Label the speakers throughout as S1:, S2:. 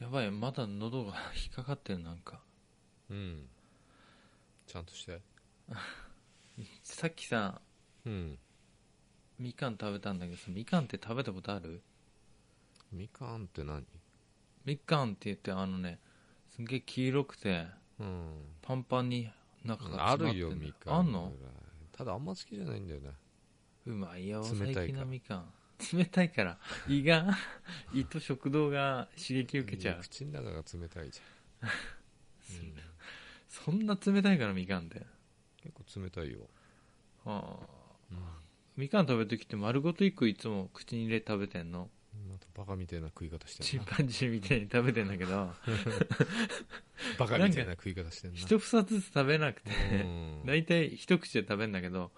S1: やばい、まだ喉が引っかかってる、なんか。
S2: うんちゃんとして
S1: さっきさ、
S2: うん
S1: みかん食べたんだけどさ、みかんって食べたことある
S2: みかんって何
S1: みかんって言って、あのね、すんげえ黄色くて、
S2: うん
S1: パンパンに中が
S2: あ
S1: 詰まってんだ
S2: るよみかん
S1: あんの
S2: ぐらいただあんま好きじゃないんだよね
S1: うまいよ、
S2: 冷た
S1: 最
S2: いか
S1: 近のみかん。冷たいから、胃が、 胃と食道が刺激受けちゃう
S2: いや。口の中が冷たいじゃん、うん
S1: そんな冷たいからみかんって。
S2: 結構冷たいよ、
S1: ああ
S2: うん、
S1: みかん食べるときって丸ごと一個いつも口に入れて食べてんの。
S2: またバカみたいな食い方して
S1: チ
S2: る
S1: ン
S2: な
S1: パンジーみたいに食べてんだけど、
S2: バカみたいな食い方してるな
S1: 一房ずつ食べなくて、
S2: うん
S1: 大体一口で食べんだけど、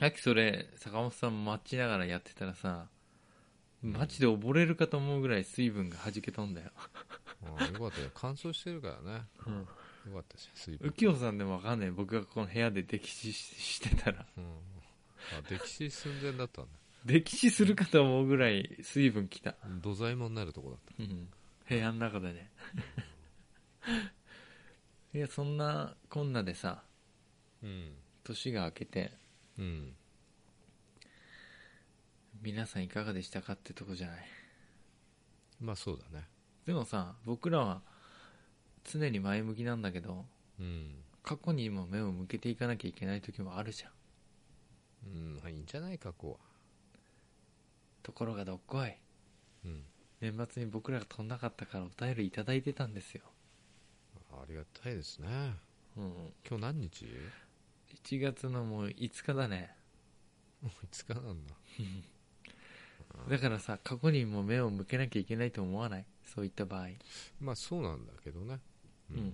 S1: さっきそれ、坂本さん待ちながらやってたらさ、マジで溺れるかと思うぐらい水分が弾け飛んだよ。
S2: うんああよかったよ乾燥してるからね
S1: うん
S2: よかったし水分
S1: 右京さんでもわかんない。僕がこの部屋で溺死ししてたら。
S2: うんあ歴史寸前だったんだ
S1: 溺死するかと思うぐらい水分きた。
S2: 土左衛門になるとこだった
S1: うん部屋の中で ね。いや、そんなこんなでさ、
S2: うん
S1: 年が明けて、
S2: うん
S1: 皆さんいかがでしたかってとこじゃない。
S2: まあそうだね
S1: でもさ、僕らは常に前向きなんだけど、
S2: うん、
S1: 過去にも目を向けていかなきゃいけない時もあるじゃん。
S2: うん、まあいいんじゃない過去は
S1: ところがどっこい。
S2: うん
S1: 年末に僕らが飛んなかったからお便りいただいてたんですよ。
S2: ありがたいですね
S1: うん。
S2: 今日何日
S1: 1月のもう5日だね。
S2: もう5日なんだ
S1: だからさ、過去にも目を向けなきゃいけないと思わないそういった場合。
S2: まあそうなんだけどね
S1: うん。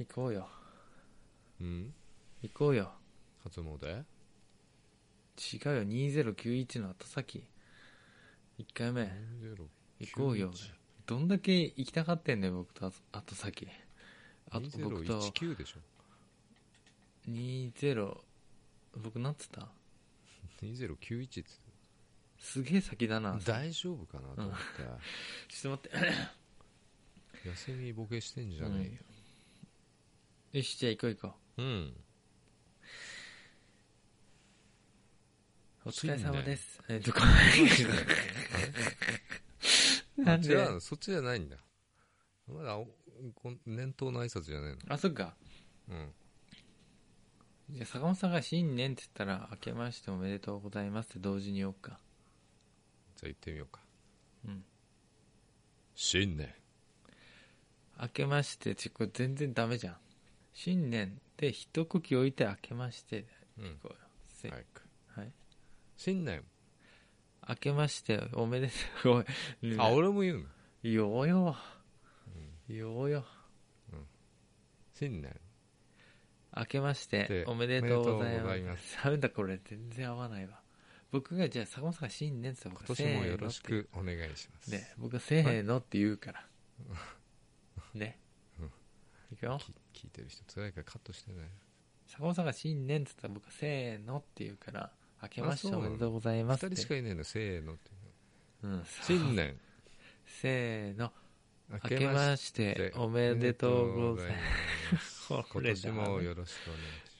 S1: 行こうよ。
S2: うん
S1: 行こうよ。
S2: 初詣
S1: 違うよ。2091の後先。1回目。
S2: 2091
S1: 行こうよ。どんだけ行きたがってんだよ、僕と後後先。あと僕と
S2: 2019でしょ
S1: 20、僕なんつった
S2: 2091って
S1: すげえ先だな。ちょ
S2: 大丈夫かなと思って、
S1: っと待って。
S2: 休みボケしてんじゃね
S1: よし、じゃあ行こう行こ
S2: えようん、
S1: う。お疲れ様です。えっと、な
S2: あ
S1: ん
S2: 違
S1: で
S2: うのそっちじゃないんだまだおこん年頭の挨拶じゃない
S1: あ、そっか。
S2: のうん
S1: じゃあ坂本さんが新年って言ったら、明けましておめでとうございますって同時に言おうか。
S2: じゃあ行ってみようか
S1: うん
S2: 新年
S1: 明けまして、ちょ、これ全然ダメじゃん。新年で一呼吸置いて明けまして、
S2: うん
S1: こうよ。せ
S2: はい
S1: はい。
S2: 新年
S1: 明けましておめでとう。ごめん
S2: あ俺も言うの
S1: ようよ。ようよ。
S2: 新年
S1: 明けまして
S2: で
S1: おめでとうござい
S2: おめでとうご
S1: ま
S2: ざ
S1: す。
S2: い
S1: ダ
S2: ま
S1: メだこれ全然合わないわ。僕がじゃあ坂本さんが新年って言ったら
S2: 今
S1: 僕が
S2: 年もよろし
S1: せーのっ
S2: くお願いします
S1: て。ね、僕がせーのって言うから。ね
S2: うん。
S1: いくよ。
S2: き聞いてる人辛いからカットしてね
S1: 坂本さんが新年って言ったら僕がせーのって言うから、明けまして
S2: あ
S1: お
S2: そうなの
S1: めでとうございます
S2: 2
S1: って。
S2: 人しかいないのせーのって
S1: うん、
S2: 新年
S1: せーの。明けましておめでとうございます。
S2: ま
S1: こ
S2: す今
S1: れ
S2: 年
S1: だ
S2: もよろしくお願いし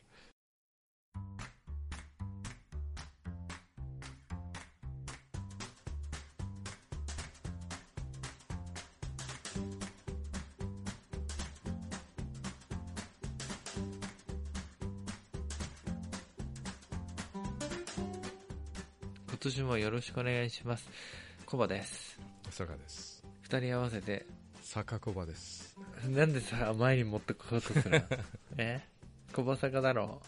S1: 今年もよろしくお願いします。コバです。
S2: ます坂です
S1: 二人合わせて、
S2: 坂小場です
S1: なんでさ、前に持ってこようとするの え小バ坂だろ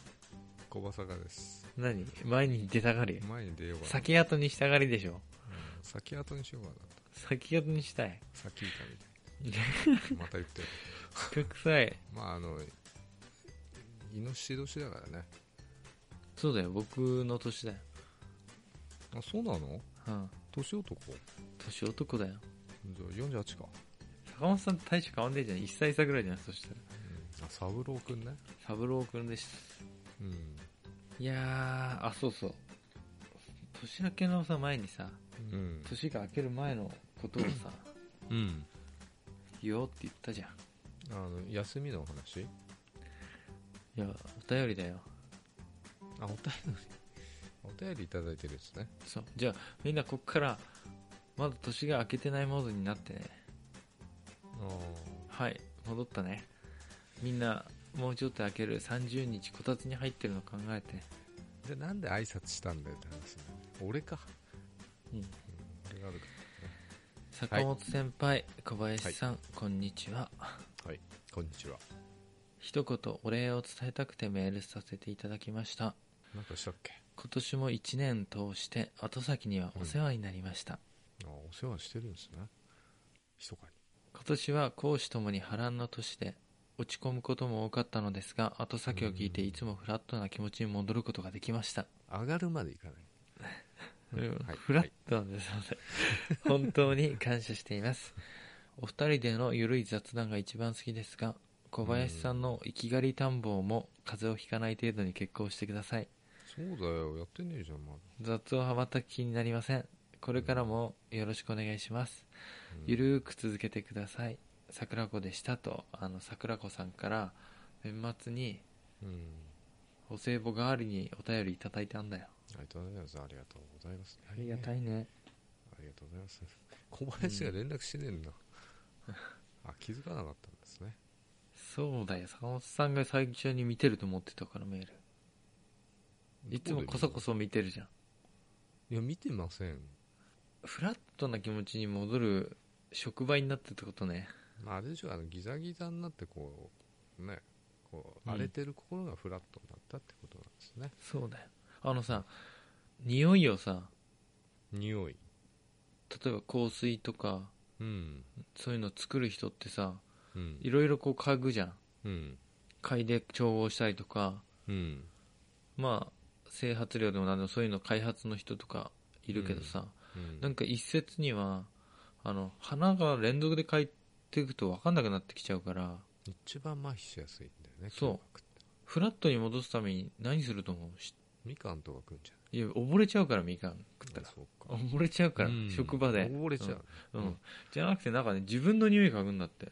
S2: 小場坂です
S1: 何前に出たがり
S2: 前に出ようかな
S1: 先後にしたがりでしょ
S2: うん先後にしようかな
S1: 先後にしたい。
S2: 先いたみたい
S1: ね
S2: なまた言ってる
S1: く臭い。
S2: まああのイノシシ年だからね
S1: そうだよ、僕の年だよ。
S2: あそうなの
S1: うん。
S2: 年男じ
S1: 年男だよ。
S2: ゃあ48か、
S1: 坂本さんと大して変わんねえじゃん。一歳差ぐらいじゃん、そしたら。
S2: うん、あ三郎くんね
S1: 三郎くんでした。
S2: うん
S1: いやー、あ、そうそう。年明けのさ、前にさ、
S2: うん。
S1: 年が明ける前のことを さ、
S2: うん。
S1: 言おうって言ったじゃん。
S2: あの、休みのお話
S1: いや、お便りだよ。
S2: あ、お便り。お便りいただいてるですね。
S1: そう。じゃあ、みんなこっから、まだ年が明けてないモードになってね。
S2: あ
S1: はい、戻ったね。みんな、もうちょっと明ける30日、こたつに入ってるの考えて。
S2: ーじゃあなんで挨拶したんだよって話だよね俺か。
S1: うん
S2: うん俺があるか
S1: 坂本先輩、小林さん、こんにちは。
S2: はい。こんにちは。
S1: 一言お礼を伝えたくてメールさせていただきました。
S2: なんかしたっけ
S1: 今年も1年通して後先にはお世話になりました、
S2: あお世話してるんですね。密かに。
S1: 今年は公私ともに波乱の年で落ち込むことも多かったのですが後先を聞いていつもフラットな気持ちに戻ることができました、
S2: 上がるまでいかない。
S1: うん
S2: はい
S1: フラットなんですので本当に感謝してい ますお二人でのゆるい雑談が一番好きですが小林さんの生きがり探訪も風邪をひかない程度に結婚してください
S2: そうだよ。やってねえじゃん、まだ。
S1: 雑音は全く気になりませんこれからもよろしくお願いします
S2: うん
S1: ゆるーく続けてください桜子でしたとあの桜子さんから年末に
S2: うん。
S1: お歳暮代わりにお便りいただいたんだよ
S2: ありがとうございます。ありがとうございます。
S1: ありがた
S2: い。
S1: いね
S2: ありがとうございます。小林が連絡してねえんだ。あ、気づかなかったんですね。
S1: そうだよ坂本さんが最初に見てると思ってたからメールいつもこそこ
S2: そ。
S1: そ見てるじゃん
S2: いや、見てません。
S1: フラットな気持ちに戻る触媒になってたことね
S2: まあ、あれでしょ、あの、ギザギザになって、こう、ね、こう、
S1: うん
S2: 荒れてる心がフラットになったってことなんですね。
S1: そうだよあのさ匂いをさ
S2: 匂い。
S1: 例えば香水とか
S2: うん。
S1: そういうの作る人ってさ
S2: うん
S1: い。ろいろこう嗅ぐじゃん
S2: うん。
S1: 嗅いで調合したりとか
S2: うん。
S1: まあ整髪料でも何でもそういうの開発の人とかいるけどさ、
S2: うん
S1: なんか一説にはあの花が連続で嗅いていくと分かんなくなってきちゃうから
S2: 一番麻痺しやすいんだよね。
S1: そう
S2: 嗅覚って。
S1: フラットに戻すために何すると思うし
S2: みかんとか食うんじゃない
S1: いや溺れちゃうからみかん食ったら
S2: あそうか。
S1: 溺れちゃうから、
S2: うん
S1: 職場で、
S2: 溺れちゃう。
S1: うん
S2: うん
S1: じゃなくてなんかね自分の匂い嗅ぐんだって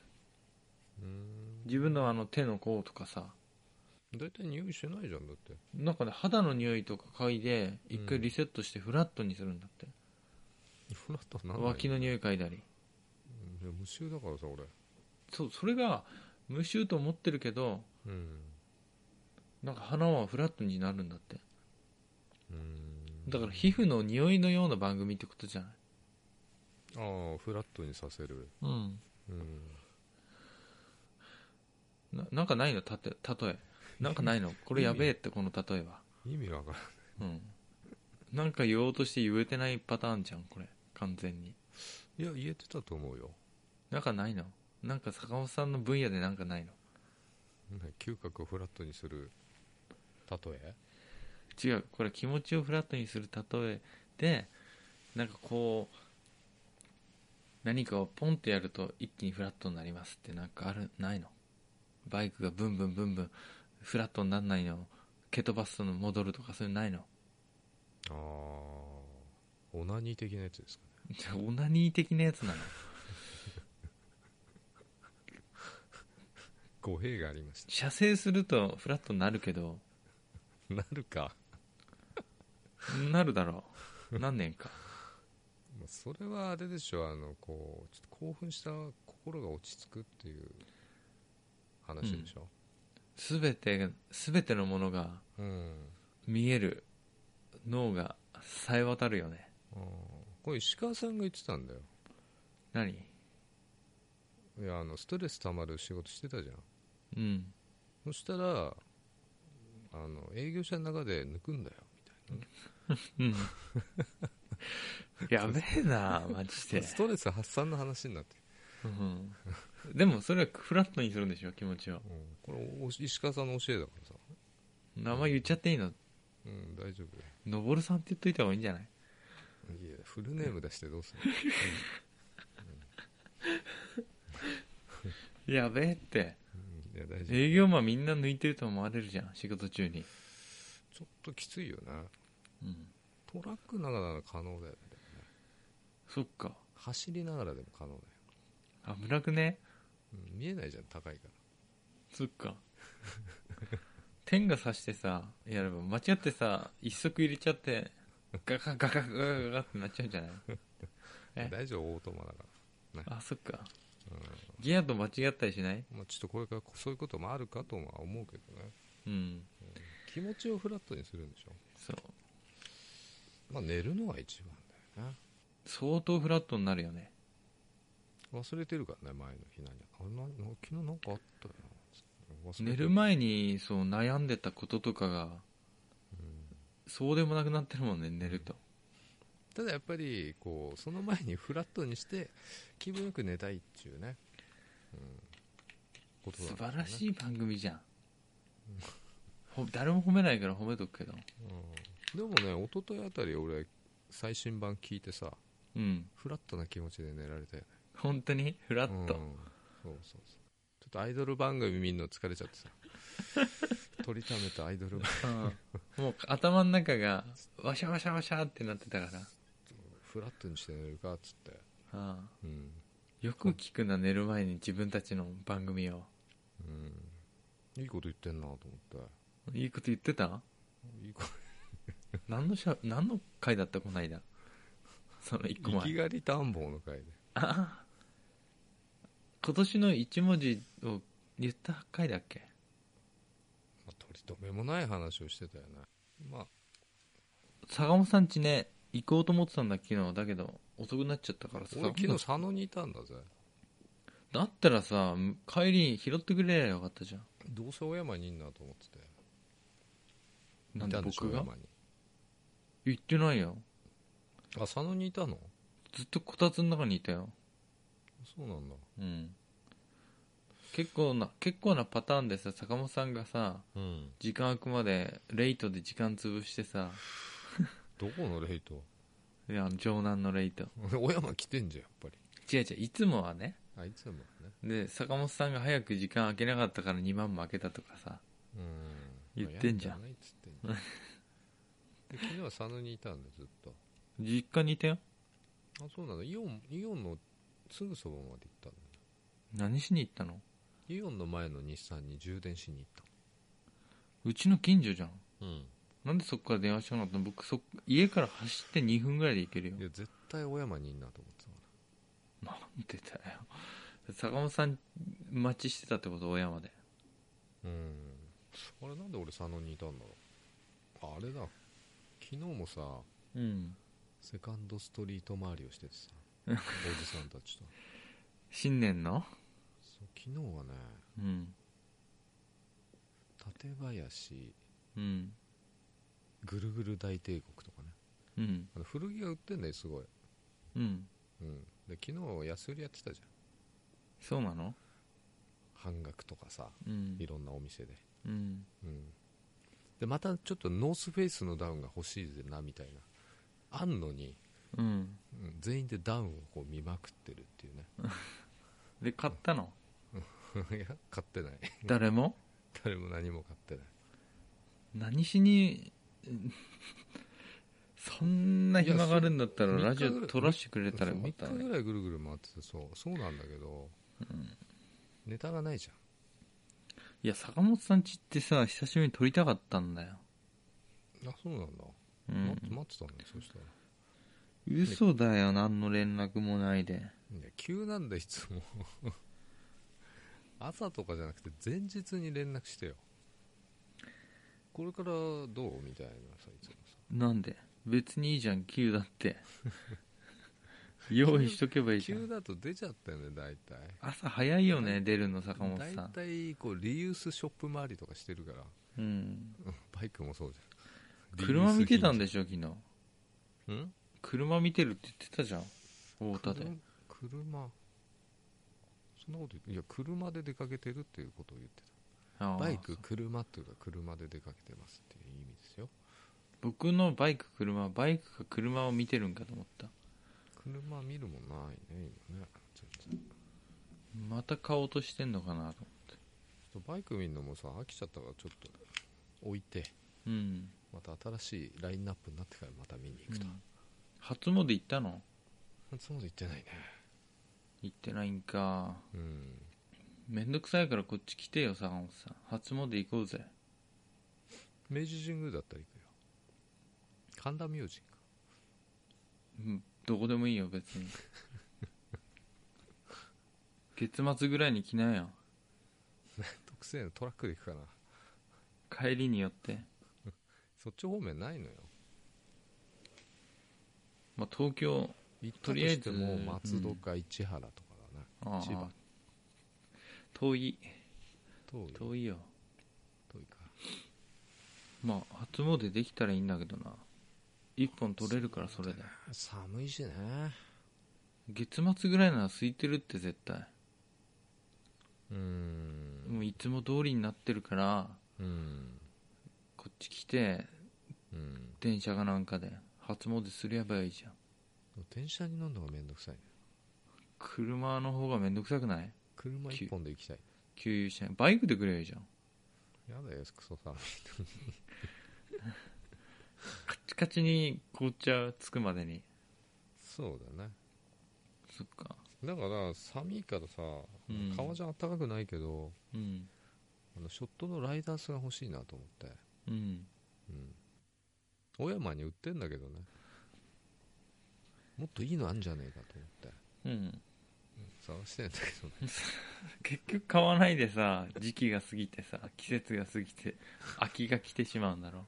S2: うん。
S1: 自分のあの手の甲とかさ
S2: 大体匂いしてないじゃん、だって。
S1: なんかね肌の匂いとか嗅いで一回リセットしてフラットにするんだって、
S2: フラットになんない
S1: 脇の匂い嗅いだり
S2: うんいや無臭だからさ俺
S1: そうそれが無臭と思ってるけど
S2: うん
S1: なんか花はフラットになるんだって
S2: うん
S1: だから皮膚の匂いのような番組ってことじゃない
S2: ああフラットにさせる
S1: うん
S2: うん
S1: ななんかないのたて例えなんかないのこれやべえってこの例えは
S2: 意味わからん
S1: うんなんか言おうとして言えてないパターンじゃんこれ完全に
S2: いや言えてたと思うよ
S1: なんかないのなんか坂本さんの分野でなんかないの
S2: ね嗅覚をフラットにする例え
S1: 違うこれ気持ちをフラットにする例えでなんかこう何かをポンってやると一気にフラットになりますってなんかあるないのバイクがブンブンブンブンフラットにならないのを蹴飛ばすの戻るとかそういうのないの
S2: ああオナニー的なやつですかね
S1: じゃあオナニー的なやつなの
S2: 語弊がありまし
S1: 射精するとフラットになるけど
S2: たなるか、
S1: なるだろう何年か
S2: まあ、それはあれでしょあのこうちょっと興奮した心が落ち着くっていう話でしょ
S1: 全て全てのものが
S2: うん
S1: 見える脳がさえ渡るよね
S2: あーこれ石川さんが言ってたんだよ
S1: 何
S2: いやあのストレス溜まる仕事してたじゃ
S1: う
S2: ん
S1: ん
S2: そしたらあの営業者の中で抜くんだよみ
S1: うんやべえ なマジ
S2: た
S1: で
S2: いな、ストレス発散の話になって、
S1: うん、でもそれはフラットにするんでしょ気持ちを
S2: うんこれお石川さんの教えだからさ、
S1: 名前言っちゃっていいの
S2: うん、大丈夫だよ
S1: のぼるさんって言っといた方がいいんじゃない
S2: いやフルネーム出してどうする
S1: やべえって
S2: うんいや大丈夫
S1: 営業マンみんな抜いてると思われるじゃん仕事中に、
S2: ちょっときついよな
S1: うん、
S2: 東トラックながらなら可能だよね
S1: そっか
S2: 走りながらでも可能だよ、
S1: 危なくね
S2: うん見えないじゃん高いから
S1: そっか天が差してさやれば間違ってさ一足入れちゃってガカガカガカガカってなっちゃうんじゃないえ
S2: 大丈夫オートマだか、
S1: あそっからギアと間違ったりしない
S2: うんまあ、ちょっとこれからそういうこともあるかとは思うけどね
S1: うん
S2: 気持ちをフラットにするんでしょ
S1: そう
S2: まあ寝るのが一番だよね
S1: 相当フラットになるよね
S2: 忘れてるからね前の日何あなな昨日なんかあったよな忘れて
S1: 寝る前にそう悩んでたこととかが
S2: うん
S1: そうでもなくなってるもんね寝ると
S2: ただやっぱりこうその前にフラットにして気分よく寝たいっていうね、うん、こと
S1: 素晴ら
S2: い、
S1: しい番組じゃんほ誰も褒めないから褒めとくけど
S2: うん、でもね一昨日あたり俺最新版聞いてさ
S1: うん
S2: フラットな気持ちで寝られたよね
S1: 本当にフラッ
S2: う
S1: ト
S2: んそうそうそうちょっとアイドル番組見んの疲れちゃって さ取りためたアイドル番
S1: うんもう頭の中がワシャワシャワシャってなってたから
S2: 組フラットにして寝るかっつって、
S1: ああ
S2: うん
S1: よく聞くな寝る前に自分たちの番組を
S2: うん、いいこと言ってんなと思っ
S1: いいこと言ってた
S2: ていいこ
S1: 何のしゃ何の回だったこの間 その1個
S2: といき
S1: 前
S2: がり探訪の回で
S1: ああ今年の1文字を言った回だっけ
S2: まあ、取り留めもない話をしてたよねまあ
S1: 坂本さんちね行こうと思ってたんだ昨日だけど遅くなっちゃったからさ
S2: 俺昨日佐野にいたんだぜ
S1: だったらさ帰りに拾ってくれりゃよかったじゃん
S2: どうせ小山にいんなと思ってて
S1: なん
S2: い
S1: で
S2: たんでしょ
S1: 僕が
S2: 小山に
S1: 行ってないよ
S2: あ佐野にいたの
S1: ずっとこたつの中にいたよ
S2: そうなんだ
S1: うん結構な結構なパターンでさ坂本さんがさ
S2: うん
S1: 時間空くまでレイトで時間潰してさ
S2: どこのレイト
S1: いや城南のレイト
S2: 小山来てんじゃんやっぱり
S1: 違う違ういつもはね
S2: あいつもね
S1: で坂本さんが早く時間空けなかったから2万負けたとかさ
S2: うん
S1: 言ってんじゃん
S2: まあやじゃないっつってんじゃんで昨日は佐野にいたんだよずっと
S1: 実家にいたよ
S2: あそうなんだイオンイオンのすぐそばまで行ったんだ
S1: 何しに行ったの
S2: イオンの前の日産に充電しに行っ
S1: うちの近所じゃん
S2: たうん
S1: なんでそこから電話しなかったの僕そ家から走って2分ぐらいで行けるよ
S2: いや絶対小山にいんなと思ってたから
S1: なんでだよ坂本さん待ちしてたってこと大山で
S2: うんあれなんで俺佐野にいたんだろうああれだ昨日もさ
S1: うん
S2: セカンドストリート回りをしててさおじさんたちと
S1: 新年の
S2: そう昨日はね
S1: うん
S2: 館林
S1: うん
S2: ぐるぐる大帝国とかね
S1: うん
S2: あの古着が売ってんだよすごい、
S1: うん
S2: うん、で昨日安売りやってたじ
S1: そうなの
S2: ゃん半額とかさ
S1: うん
S2: いろんなお店で
S1: うん
S2: うんでまたちょっとノースフェイスのダウンが欲しいぜなみたいなあんのに、
S1: うん
S2: うん全員でダウンをこう見まくってるっていうね
S1: で買ったの
S2: いや買ってない
S1: 誰も
S2: 誰も何も買ってない
S1: 何しに うんそんな暇があるんだったら
S2: い
S1: ラ
S2: やそ
S1: ジ
S2: 三日ぐ
S1: オ
S2: らい
S1: 撮らしてくれたらよかった
S2: 3日
S1: ね
S2: ぐらいぐるぐる回っててそうそうなんだけど、ネタがないじ
S1: いや坂本さんちってさ久しぶりに撮りたかったんだよ
S2: ゃんあそうなんだ、
S1: う
S2: 待って
S1: ん
S2: 待ってたんだよそしたら
S1: 嘘だよ何の連絡もないで
S2: いや急なんだいつも 朝とかじゃなくて前日に連絡してよこれからどうみたいなさいつもさ
S1: なんで別にいいじゃん急だって 用意しとけばいいじゃ
S2: 急
S1: ん
S2: だと出ちゃったよね大体
S1: 朝早いよね出るの坂本さ
S2: 大
S1: ん
S2: 体こうリユースショップ回りとかしてるから
S1: うん
S2: うんバイクもそうじゃん
S1: 車見てたんで
S2: し
S1: しょ昨日
S2: ょん
S1: 車見てるって言ってたじゃん太田で
S2: 車そんなこと言っていや車で出かけてるっていうことを言って
S1: あ
S2: た
S1: あ
S2: バイク車っていうか車で出かけてますっていう意味ですよ
S1: 僕のバイク車バイクか車を見てるんかと思った
S2: 車見るもんないね今ね全然
S1: また買おうとしてんのかなと
S2: ちょっとバイク見るのもさ飽きちゃったからちょっと置いて
S1: うん
S2: また新しいラインナップになってからまた見に行くと、
S1: うん初詣行ったの
S2: そんなこと言ってないね
S1: 行ってないんか
S2: うん
S1: めんどくさいからこっち来てよ坂本さん初詣行こうぜ
S2: 明治神宮だったら行くよ神田明神か
S1: う んどこでもいいよ別に月末ぐらいに来なよ
S2: 特製のトラックで行くかな
S1: 帰りによって、
S2: そっち方面ないのよ
S1: まあ、東京
S2: 行っ
S1: と
S2: たと
S1: りあえ
S2: し
S1: ず
S2: ても松戸か市原とかだな、
S1: あ
S2: 千葉
S1: あ遠い
S2: 遠い遠い
S1: 遠いよ
S2: か
S1: まあ初詣できたらいいんだけどな一本取れるからそれで
S2: 寒いしね
S1: 月末ぐらいなら空いてるって絶対
S2: うーん
S1: もういつも通りになってるから
S2: うん
S1: こっち来て
S2: うん
S1: 電車かなんかで初詣すりゃばいいじゃん
S2: 電車に乗るのがめんどくさいね
S1: 車の方がめんどくさくない
S2: 車一本で行きたい
S1: 給油車バイクでくればいいじゃん
S2: やだよクソさん
S1: カチカチに紅茶つくまでに
S2: そうだね
S1: そっか
S2: だから寒いからさ、
S1: うん
S2: 革じゃ暖かくないけど
S1: うん
S2: あのショットのライダースが欲しいなと思って
S1: うん
S2: うん小山に売ってんだけどねもっといいのあんじゃねえかと思って
S1: うん
S2: 探してんだけどね
S1: 結局買わないでさ時期が過ぎてさ季節が過ぎて秋が来てしまうんだろ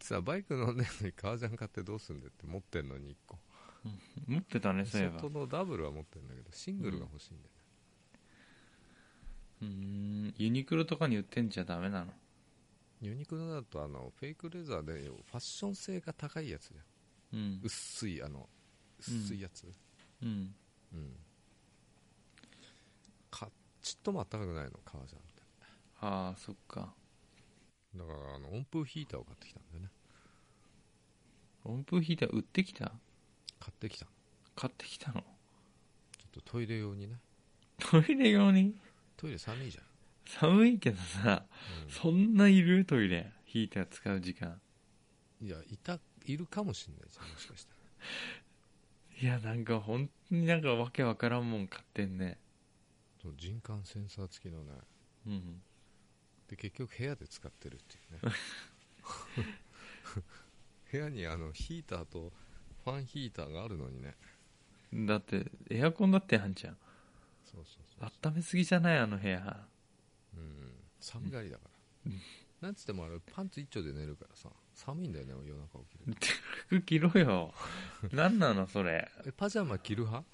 S2: さバイク乗んねえのに革ジャン買ってどうすんだよって持ってんのに1個
S1: 持ってたねそういえば
S2: 外
S1: う
S2: のダブルは持ってんだけどシングルが欲しいんだよね、
S1: ーんユニクロとかに売ってんじゃダメなの
S2: ユニクロだとあのフェイクレザーでファッション性が高いやつじゃん
S1: うん
S2: 薄いあの薄いやつ
S1: うん
S2: うん、かちっとも暖かくないの革ジャンって
S1: ああそっか
S2: だからあの温風ヒーターを買ってきたんだよね
S1: 温風ヒーター売ってきた
S2: 買ってきた
S1: 買ってきたの
S2: ちょっとトイレ用にね
S1: トイレ用に
S2: トイレ寒いじゃん、
S1: 寒いけどさ
S2: うん
S1: そんないるトイレヒーター使う時間
S2: いやいたいるかもしんないじゃんもしかしたら
S1: いやなんか本当になんかわけわからんもん買ってんね
S2: そう人感センサー付きのね
S1: うん
S2: で結局部屋で使ってるっていうね 部屋にあのヒーターとファンヒーターがあるのにね
S1: だってエアコンだってあんじゃん
S2: そうそうそう、
S1: 温めすぎじゃないあの部屋
S2: うん、寒がりだから、なんつってもあれパンツ一丁で寝るからさ寒いんだよね夜中起きる
S1: 服着ろよ何なのそれ
S2: とえパジャマ着る派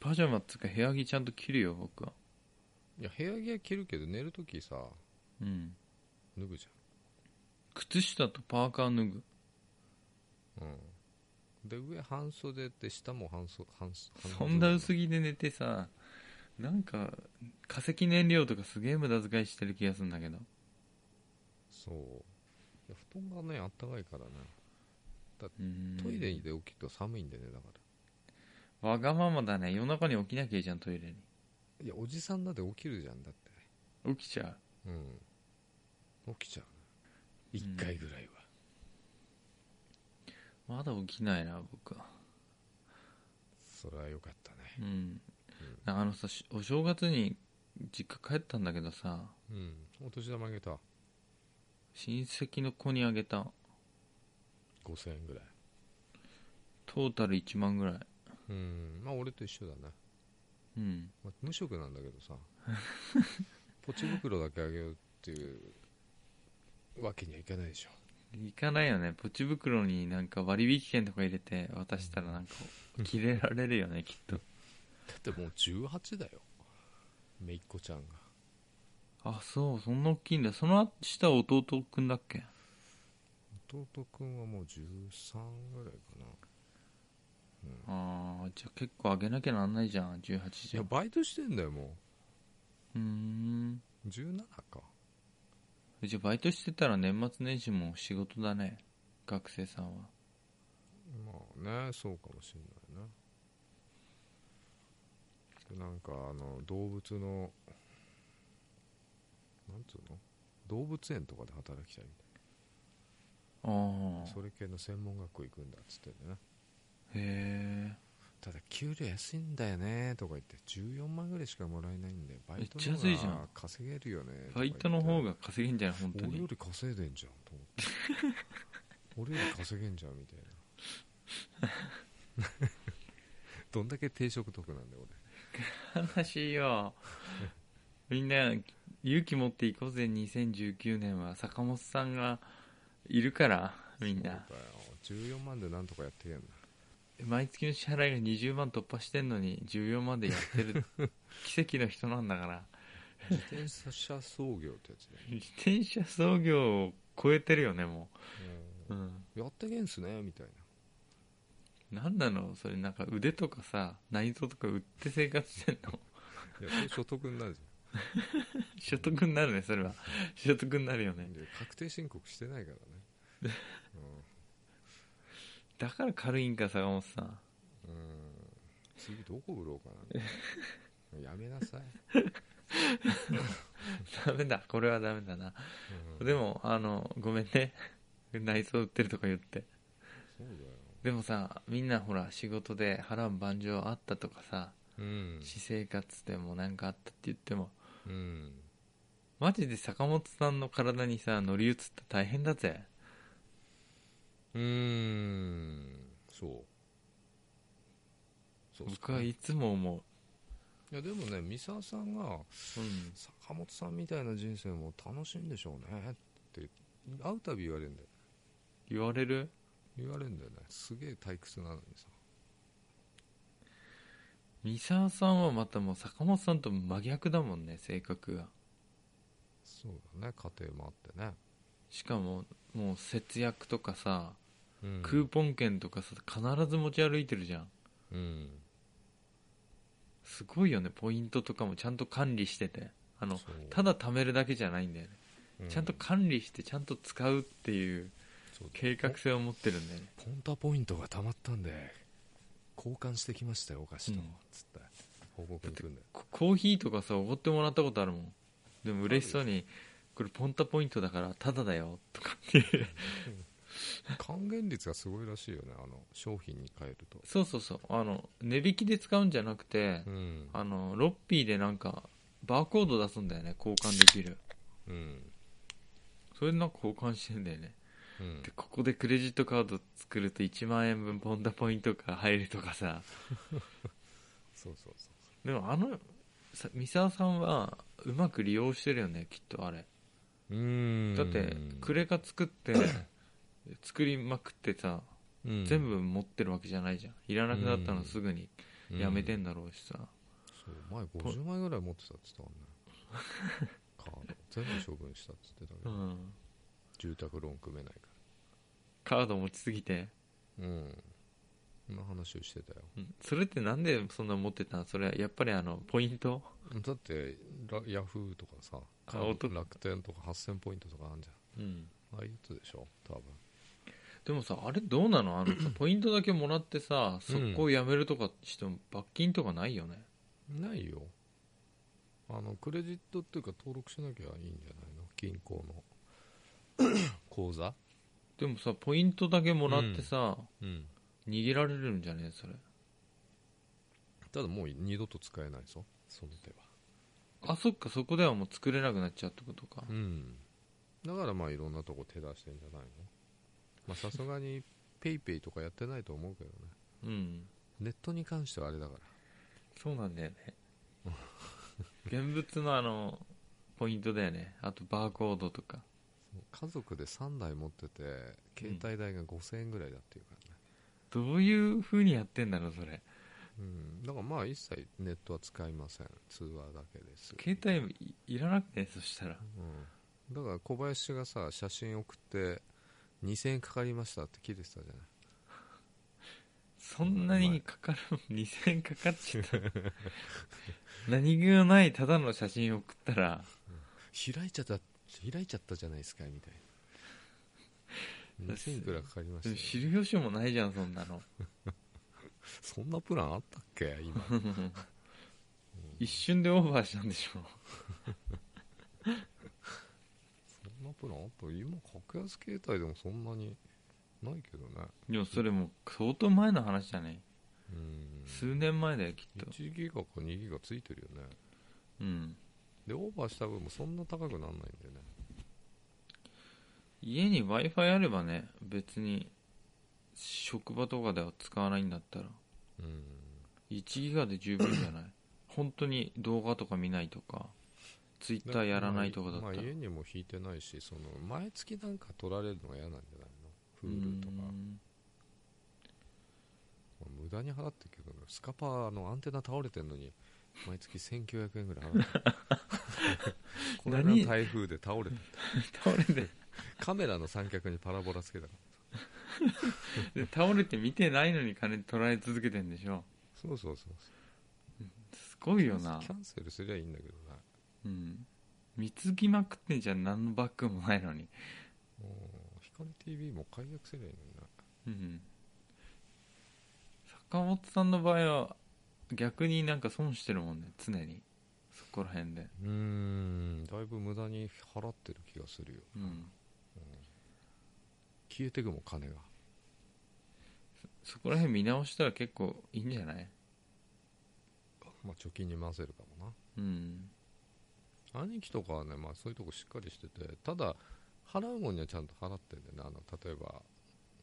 S1: パジャマっつうか部屋着ちゃんと着るよ僕はい
S2: や部屋着は着るけど寝るときさ
S1: うん
S2: 脱ぐじ
S1: 靴下とパーカー脱ぐ
S2: ゃん、うん、で上半袖って下も半袖半袖
S1: そんな
S2: 半袖
S1: 薄着で寝てさなんか化石燃料とかすげえ無駄遣いしてる気がするんだけど
S2: そういや布団がねあったかいからね
S1: うん
S2: トイレで起きると寒いんだよねだから
S1: わがままだね夜中に起きなきゃいいじゃんトイレに
S2: いやおじさんだって起きるじゃんだって
S1: 起きちゃ
S2: うん起きちゃう
S1: 一
S2: 1
S1: 回
S2: 回ぐらいは、
S1: うまだ起きないな僕は
S2: それはよかったね
S1: うんあのさしお正月に実家帰ったんだけどさ
S2: うんお年玉あげた
S1: 親戚の子にあげた
S2: 5000円ぐらい
S1: トータル1万ぐらい
S2: うんまあ俺と一緒だな、
S1: うん
S2: まあ無職なんだけどさポチ袋だけあげようっていうわけにはいかないでしょ
S1: いかないよねポチ袋になんか割引券とか入れて渡したらなん か切れられるよねきっと
S2: だってもう18だよめいっ子ちゃんが
S1: あそうそんな大きいんだその下は弟くんだっけ
S2: 弟くんはもう13ぐらいかな
S1: ああじゃあ結構あげなきゃなんないじゃん18
S2: い
S1: じゃ
S2: や
S1: ん
S2: バイトしてんだよも
S1: うーん
S2: う17か
S1: じゃあバイトしてたら年末年始も仕事だね学生さんは
S2: まあねそうかもしんないななんかあの動物のなんつうの動物園とかで働きたいみたい
S1: ああ
S2: それ系の専門学校行くんだっつってね
S1: へえ
S2: ただ給料安いんだよねとか言って14万ぐらいしかもらえないんでバイト
S1: めっ
S2: の
S1: ちゃ安い
S2: 方
S1: じゃ
S2: が
S1: ん
S2: 稼げるよねとか
S1: バ
S2: 言
S1: イ
S2: って
S1: トの方が稼げんじゃない本当
S2: 俺よ
S1: に
S2: り稼いでんじゃんと思って俺より稼げんじゃんみたいな どんだけ定食得なんだよ
S1: 悲しいよ みんな勇気持っていこうぜ2019年は坂本さんがいるから
S2: 俺
S1: みんな
S2: そうだよ14万でなんとかや ってやんな
S1: 毎月の支払いが20万突破してんのに14万でやってる奇跡の人なんだから
S2: 自転車操業ってやつね、
S1: 自転車操業を超えてるよねもう、うん、
S2: うんやってけんすねみたいな
S1: 何なのそれなんか腕とかさ内臓とか売って生活してんの
S2: いやそれ所得になるじ
S1: 所得になるねそれは所得になるよ
S2: ゃ
S1: ね
S2: んで確定申告してないからね、うん
S1: だから軽いんか坂本さん
S2: うーん次どこ売ろうかなやめなさい、
S1: ダメだこれはダメだな
S2: うん
S1: でもあのごめんね内臓売ってるとか言って
S2: そうだよ
S1: でもさみんなほら仕事で波乱万丈あったとかさ、
S2: うん、
S1: 私生活でもなんかあったって言っても
S2: うん、
S1: マジで坂本さんの体にさ乗り移ったら大変だぜ
S2: うーんそうそうっす
S1: 僕
S2: か
S1: はいいつも思
S2: やでもね三沢さんが
S1: う、うん、
S2: 坂本さんみたいな人生も楽しいんでしょうねって会うたび言われるんだよ
S1: 言われる
S2: 言われるんだよねすげえ退屈なのにさ
S1: 三沢さんはまたもう坂本さんと真逆だもんね性格が
S2: そうだね家庭もあってね、
S1: しかももう節約とかさ
S2: うん
S1: クーポン券とかさ必ず持ち歩いてるじゃん
S2: うん
S1: すごいよねポイントとかもちゃんと管理しててあの
S2: そう
S1: ただ貯めるだけじゃないんだよね、
S2: う
S1: ちゃんと管理してちゃんと使うっていう
S2: そうだ
S1: 計画性を持ってるんだよね
S2: ポンタポイントがたまったんで交換してきましたよお菓子と、
S1: うん
S2: つって報告に行くんだよ
S1: ココーヒーとかさおごってもらったことあるもんでも嬉しそうに「これポンタポイントだからタダだよ」とかっていう
S2: 還元率がすごいらしいよねあの商品に変えると
S1: そうそうそうあの値引きで使うんじゃなくて、
S2: うん
S1: あのロッピーでなんかバーコード出すんだよね交換できる
S2: うん
S1: それでなんか交換してんだよね
S2: うん
S1: でここでクレジットカード作ると1万円分ポンタポイントが入るとかさ
S2: そうそうそう
S1: でもあのさ三沢さんはうまく利用してるよねきっとあれ
S2: そううん
S1: だってクレカ作って 作りまくってさ全部持ってるわけじゃないじゃんいらなくなったのすぐにやめて
S2: ん
S1: んだろうしさ
S2: そう前50枚ぐらい持ってたっつったもんねカード全部処分したっつってたけ
S1: う
S2: ど
S1: ん
S2: 住宅ローン組めないか
S1: カード持ちすぎて、
S2: らうんそんな話をしてたよ
S1: うんそれってなんでそんな持ってたのそれはやっぱりあのポイント
S2: だってラヤフーとかさ
S1: あお得
S2: 楽天とか8000ポイントとかあるじゃん
S1: うん
S2: ああいうやつでしょ多分
S1: でもさあれどうなのあの さポイントだけもらってさ速攻やめるとかしても罰金とかないよね、
S2: ないよあのクレジットっていうか登録しなきゃいいんじゃないの銀行の口座
S1: でもさポイントだけもらってさ、
S2: うん
S1: 逃げられるんじゃねえそれ
S2: ただもう二度と使えないぞその手は
S1: あそっかそこではもう作れなくなっちゃうってことか、
S2: うんだからまあいろんなとこ手出してんじゃないのまあさすがにペイペイとかやってないと思うけどね
S1: うん
S2: ネットに関してはあれだから
S1: そうなんだよね現物のあのポイントだよねあとバーコードとか
S2: 家族で3台持ってて携帯代が5000円ぐらいだっていうからね
S1: どういう風にやってんだろうそれ
S2: うんだからまあ一切ネットは使いません通話だけです
S1: 携帯いいらなくてそしたら
S2: うん、だから小林がさ写真送って2000円かかりましたって切れてたじゃない
S1: そんなにかかる2000円かかっちゃった何気のないただの写真送ったら
S2: 開いちゃった開いちゃったじゃないですかみたいな
S1: そうっす
S2: 2000いくらかかりまし
S1: で
S2: た
S1: も
S2: よ
S1: 知る由もないじゃんそんなの
S2: そんなプランあったっけ今
S1: 一瞬でオーバーしたんでしょ
S2: そんなプランアップ今格安携帯でもそんなにないけどね
S1: でもそれも相当前の話じゃない
S2: うん
S1: 数年前だよきっと
S2: 1ギガか2ギガついてるよね
S1: うん
S2: でオーバーした分もそんな高くならないんだよね
S1: 家に w i f i あればね別に職場とかでは使わないんだったら
S2: うん
S1: 1ギガで十分じ ゃない本当に動画とか見ないとかツイッターやらないとかだった
S2: まあ
S1: ら、
S2: 家にも引いてないしその毎月なんか取られるのが嫌なんじゃないの Hulu とか
S1: うーん
S2: まあ無駄に払ってるけどねスカパーのアンテナ倒れてるのに毎月1900円ぐらい払ってるこの間の台風で倒れて
S1: 倒れて
S2: カメラの三脚にパラボラつけたから
S1: で倒れて見てないのに金取られ続けてんでしょ
S2: そうそうそうそう
S1: すごいよな
S2: キャンセルすりゃいいんだけどね
S1: うん貢ぎまくってんじゃん何のバックもないのに
S2: もう光 TV も解約すりゃいいのにな
S1: うん坂本さんの場合は逆になんか損してるもんね常にそこら辺で
S2: うーんだいぶ無駄に払ってる気がするよ
S1: うん
S2: 消えてくもん金が
S1: そこら辺見直したら結構いいんじゃない
S2: まあ貯金に回せるかも
S1: うん
S2: な兄貴とかはね、まあ、そういうとこしっかりしててただ払うもんにはちゃんと払ってんだよねあの例えば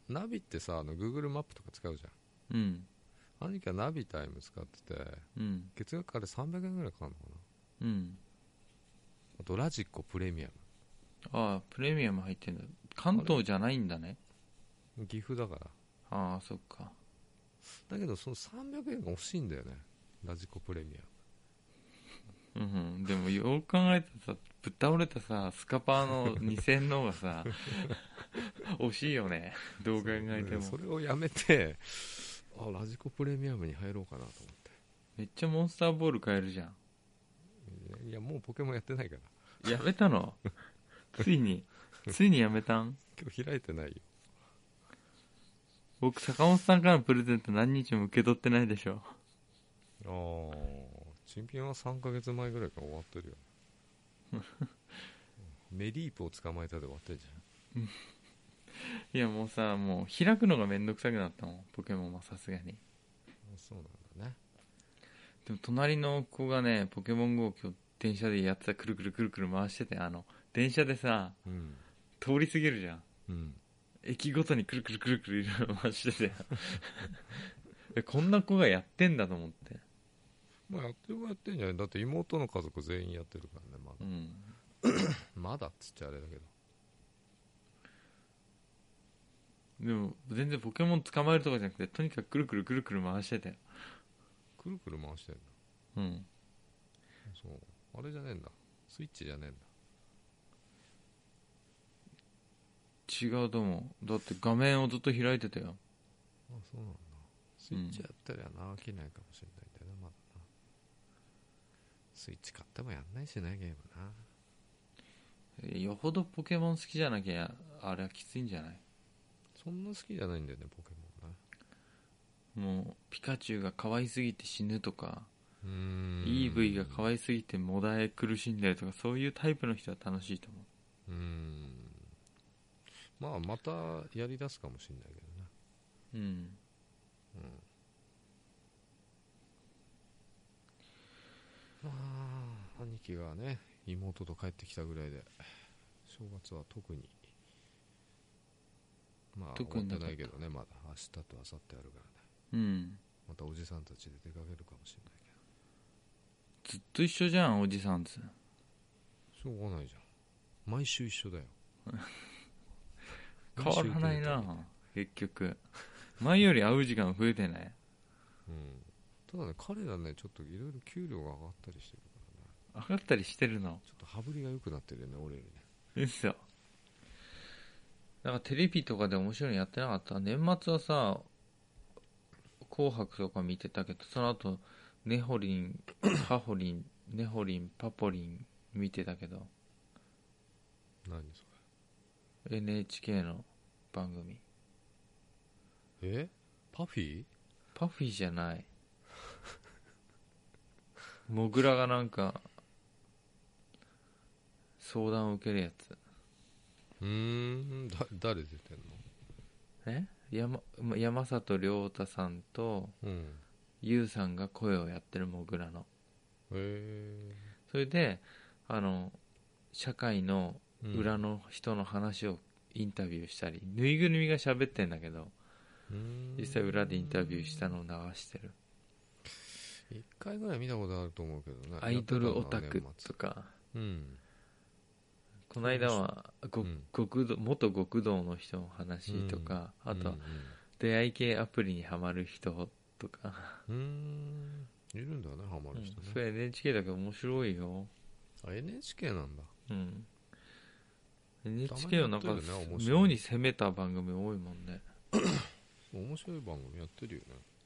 S2: ナビってさあの Google マップとか使うじ
S1: うん
S2: ゃん兄貴はナビタイム使ってて
S1: うん
S2: 月額あれ300円ぐらいかかるのかな
S1: うん
S2: あとラジコプレミア
S1: ああプレミアム入ってんだ関東じゃないんだね
S2: ム岐阜だから
S1: ああそっか
S2: だけどその300円が欲しいんだよねラジコプレミアム
S1: うんうん、でもよく考えてさぶっ倒れたさスカパーの2000の方がさ 惜しいよねどう考えても
S2: それをやめてあラジコプレミアムに入ろうかなと思って
S1: めっちゃモンスターボール買えるじゃん
S2: いやもうポケモンやってないから
S1: やめたのついについにやめたん
S2: 今日開いてないよ
S1: 僕坂本さんからのプレゼント何日も受け取ってないでしょ
S2: ああ新品は3ヶ月前ぐらいから終わってる よメリープを捕まえたで終わってるじ
S1: いやもうさもう開くのがめんどくさくなったもんポケモンはさすがに
S2: ゃんそうなんだね
S1: でも隣の子がねポケモン GO を今日電車でやってたくるくるくるくる回しててあの電車でさ
S2: うん
S1: 通り過ぎるじゃん
S2: うん
S1: 駅ごとにくるくるくるくるいろいろ回しててえこんな子がやってんだと思って
S2: まあやってもやってんじゃないだって妹の家族全員やってるから ねま
S1: う
S2: だ
S1: ん
S2: まだっつっちゃあれだけど
S1: でも全然ポケモン捕まえるとかじゃなくてとにかくくるくるくるくる回してたよ
S2: くるくる回してんだ
S1: うん
S2: そうあれじゃねえんだスイッチじゃねえんだ
S1: 違うと思うだって画面をずっと開いてたよ
S2: あそうなんだスイッチやったらな飽きないかもしれないんだよなまだなスイッチ買ってもやんないしねゲームな
S1: えよほどポケモン好きじゃなきゃあれはきついんじゃない
S2: そんな好きじゃないんだよねポケモンね
S1: もうピカチュウが可愛すぎて死ぬとか
S2: うーん
S1: EV が可愛すぎてもだえ苦しんでるとかそういうタイプの人は楽しいと思う
S2: うーんまあまたやりだすかもしれないけどね
S1: うん
S2: まあ兄貴がね妹と帰ってきたぐらいで正月は特にまあ
S1: 特に
S2: 終
S1: なかった
S2: わってないけどねまだ明日と明後日あるからね
S1: うん
S2: またおじさんたちで出かけるかもしれないけ
S1: ずっと一緒じゃんおじさんつ
S2: どしょうがないじゃん毎週一緒だよ
S1: 変わらないな結局前より会う時間増えてない
S2: うんただね彼らねちょっといろいろ給料が上がったりしてるからね
S1: 上がったりしてるの
S2: ちょっと羽振りが良くなってるよね俺よりね
S1: 嘘なんかテレビとかで面白いのやってなかった年末はさ「紅白」とか見てたけどその後ねほりんはほりんねほりんぱぽりん見てたけど
S2: 何そ
S1: NHK の番組
S2: れえパフィー
S1: パフィーじゃないモグラがなんか相談を受けるやつ
S2: うーんだ誰出てん
S1: え山ま山里亮太さんと
S2: のうん
S1: ゆうさんが声をやってるモグラの
S2: へえ
S1: それであの社会の
S2: うん
S1: 裏の人の話をインタビューしたり、ぬいぐるみが喋ってんだけど
S2: うーん
S1: 実際裏でインタビューしたのを流してる
S2: 一回ぐらい見たことあると思うけどね
S1: アイドルオタ
S2: やっ
S1: ク
S2: てたな年
S1: とか
S2: 末うん
S1: この間はご
S2: うん
S1: 極道元極道の人の話とか、あとは
S2: うん
S1: 出会い系アプリにはまる人とか、
S2: うんうーんいるんだねハマ
S1: う
S2: る
S1: ん
S2: 人ね、
S1: それ NHK だけど面白いよ、
S2: あ NHK なんだ
S1: うん、NHK はなんか
S2: たまにやってるよね面白い
S1: 妙に攻めた番組多いもんね
S2: 面白い番組やってるよ